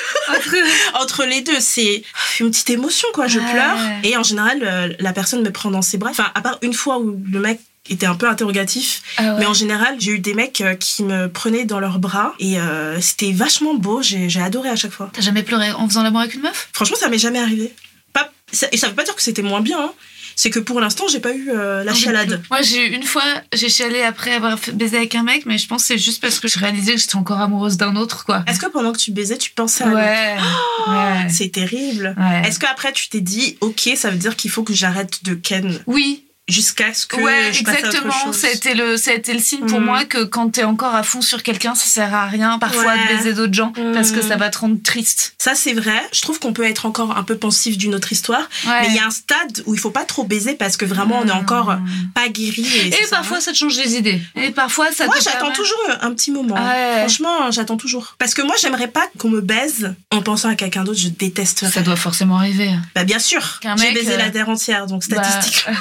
D: entre les deux, c'est une petite émotion, quoi. Je
C: Ouais.
D: pleure. Et en général, euh, la personne me prend dans ses bras. Enfin, à part une fois où le mec était un peu interrogatif,
C: Ah ouais.
D: Mais en général, j'ai eu des mecs euh, qui me prenaient dans leurs bras et euh, c'était vachement beau. J'ai j'ai adoré à chaque fois.
C: T'as jamais pleuré en faisant l'amour avec une meuf
D: Franchement, ça m'est jamais arrivé. Pas, ça, et ça veut pas dire que c'était moins bien. hein. C'est que pour l'instant, j'ai pas eu euh, la
C: Non, j'ai
D: chialade.
C: plus. Moi, j'ai eu une fois, j'ai chialé après avoir fait- baisé avec un mec, mais je pense que c'est juste parce que je réalisais que j'étais encore amoureuse d'un autre, quoi.
D: Est-ce que pendant que tu baisais, tu pensais à l'autre
C: Ouais. ouais.
D: C'est terrible.
C: Ouais.
D: Est-ce qu'après, tu t'es dit, ok, ça veut dire qu'il faut que j'arrête de ken
C: Oui,
D: jusqu'à ce que
C: ouais,
D: je passe à autre
C: exactement.
D: chose
C: Ça a été le, ça a été le signe pour
D: Mm.
C: moi que quand t'es encore à fond sur quelqu'un, ça sert à rien parfois
D: Ouais.
C: de baiser d'autres gens parce que
D: Mm.
C: ça va te rendre triste.
D: Ça, c'est vrai. Je trouve qu'on peut être encore un peu pensif d'une autre histoire. Mais il y a un stade où il faut pas trop baiser parce que vraiment, on est encore pas guéri. Et,
C: Hmm. Et
D: c'est ça. hein.
C: parfois ça te change les idées. Et parfois ça.
D: Moi,
C: te
D: j'attends
C: permet-
D: toujours un petit moment.
C: Ouais.
D: Franchement, j'attends toujours. Parce que moi, j'aimerais pas qu'on me baise en pensant à quelqu'un d'autre. Je déteste
C: Ça doit forcément arriver. hein.
D: Bah, bien sûr.
C: Qu'un
D: J'ai
C: mec,
D: baisé
C: euh,
D: la terre entière, donc
C: bah,
D: statistiquement.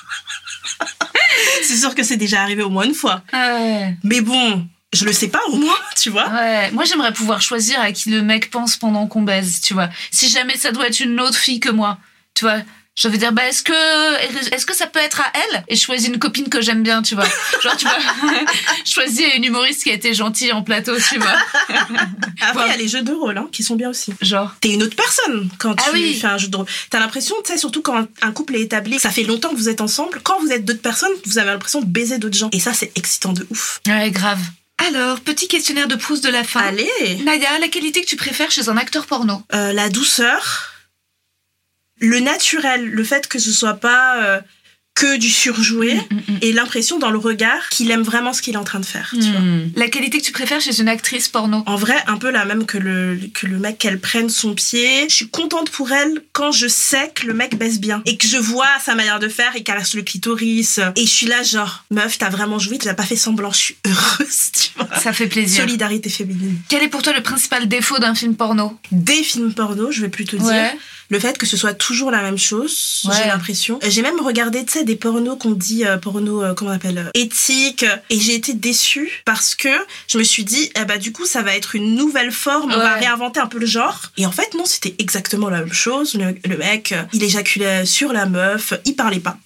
D: c'est sûr que c'est déjà arrivé au moins une fois.
C: Ah Ouais. Ah
D: Mais bon, je le sais pas au moins, tu vois.
C: Ouais. Moi j'aimerais pouvoir choisir à qui le mec pense pendant qu'on baise. Tu vois. Si jamais ça doit être une autre fille que moi. Tu vois. Je veux dire, bah, est-ce que, est-ce que ça peut être à elle? Et je choisis une copine que j'aime bien, tu vois. Genre, tu vois, je choisis une humoriste qui a été gentille en plateau, tu vois.
D: Après, il
C: Ouais.
D: y a les jeux de rôle hein, qui sont bien aussi.
C: Genre.
D: T'es une autre personne quand
C: Ah
D: tu
C: oui.
D: fais un jeu de rôle. T'as l'impression, tu sais, surtout quand un couple est établi, ça fait longtemps que vous êtes ensemble. Quand vous êtes d'autres personnes, vous avez l'impression de baiser d'autres gens. Et ça, c'est excitant de ouf.
C: Ouais, grave. Alors, petit questionnaire de Proust de la fin.
D: Allez!
C: Nadia, la qualité que tu préfères chez un acteur porno
D: Euh, la douceur, le naturel, le fait que ce soit pas euh, que du
C: Mm,
D: surjoué, et l'impression dans le regard qu'il aime vraiment ce qu'il est en train de faire.
C: Mm.
D: tu vois.
C: La qualité que tu préfères chez une actrice porno
D: En vrai, un peu la même que le, que le mec qu'elle prenne son pied. Je suis contente pour elle quand je sais que le mec baisse bien et que je vois sa manière de faire, il caresse le clitoris. Et je suis là, genre, meuf, t'as vraiment joué, tu n'as pas fait semblant, je suis heureuse, tu vois.
C: Ça fait plaisir.
D: Solidarité féminine.
C: Quel est pour toi le principal défaut d'un film porno
D: Des films porno, je vais plutôt dire. le fait que ce soit toujours la même chose,
C: Ouais.
D: j'ai l'impression. J'ai même regardé, tu sais, des pornos qu'on dit, euh, porno, euh, comment on appelle, euh, éthique, et j'ai été déçue parce que je me suis dit, eh bah, du coup, ça va être une nouvelle forme, on va
C: Ouais.
D: réinventer un peu le genre. Et en fait, non, c'était exactement la même chose. Le, le mec, euh, il éjaculait sur la meuf, il parlait pas.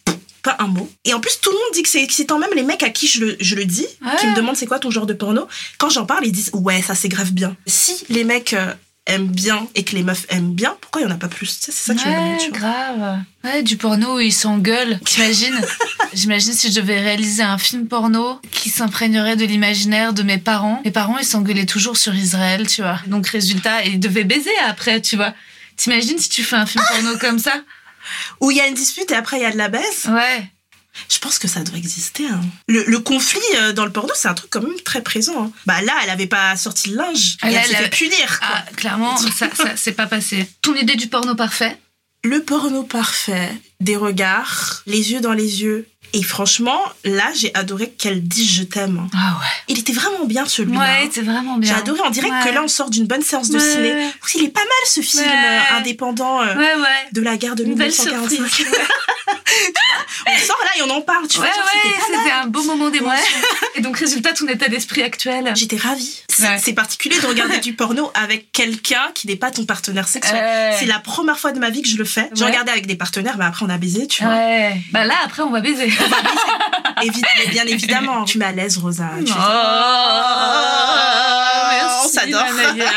D: Pas un mot. Et en plus, tout le monde dit que c'est excitant, même les mecs à qui je le, je le dis, qui me demandent c'est quoi ton genre de porno, quand j'en parle, ils disent ouais, ça c'est grave bien. Si les mecs euh, aiment bien et que les meufs aiment bien, pourquoi il n'y en a pas plus Tu sais, C'est ça que je me demande. tu vois.
C: grave. Ouais, du porno où ils s'engueulent. J'imagine, j'imagine si je devais réaliser un film porno qui s'imprégnerait de l'imaginaire de mes parents. Mes parents, ils s'engueulaient toujours sur Israël, tu vois. Donc, résultat, ils devaient baiser après, tu vois. T'imagines si tu fais un film porno comme ça
D: Où il y a une dispute et après il y a de la baisse,
C: Ouais.
D: je pense que ça doit exister. hein. Le, le conflit euh, dans le porno, c'est un truc quand même très présent. hein. Bah là, elle avait pas sorti le linge.
C: Ah,
D: et
C: là,
D: elle s'est
C: elle
D: fait
C: a-
D: punir. quoi.
C: Ah, clairement, ça, ça c'est pas passé. Ton idée du porno parfait
D: Le porno parfait, des regards, les yeux dans les yeux, Et franchement, là, j'ai adoré qu'elle dise je t'aime. hein.
C: Ah ouais.
D: Il était vraiment bien celui-là. hein.
C: Ouais, c'est vraiment bien.
D: J'ai adoré. On dirait
C: Ouais.
D: que là, on sort d'une bonne séance de
C: Ouais.
D: ciné. Ouh, Il est pas mal ce film
C: Ouais.
D: euh, indépendant euh,
C: Ouais, ouais.
D: de la guerre de
C: Une belle
D: 1945.
C: surprise.
D: on sort là et on en parle. Tu
C: Ouais,
D: vois, genre,
C: ouais,
D: c'était pas mal.
C: c'était un beau moment d'émotion. Et donc, résultat, ton état d'esprit actuel.
D: J'étais ravie. C'est
C: Ouais.
D: c'est particulier de regarder du porno avec quelqu'un qui n'est pas ton partenaire sexuel.
C: Ouais.
D: C'est la première fois de ma vie que je le fais. J'ai
C: Ouais.
D: regardé avec des partenaires, mais après on a baisé, tu vois.
C: Ouais. Bah là, après, on va baiser.
D: Évi- mais bien évidemment, tu mets à l'aise, Rosa. Tu fais-
C: Oh,
D: on s'adore.
C: Nanaya,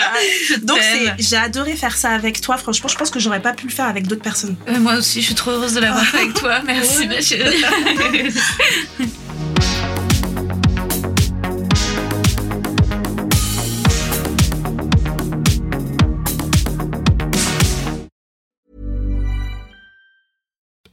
C: je
D: Donc c'est-
C: t'aime.
D: j'ai adoré faire ça avec toi. Franchement, je pense que j'aurais pas pu le faire avec d'autres personnes.
C: Euh, Moi aussi, je suis trop heureuse de l'avoir fait avec toi. Merci, ma chérie.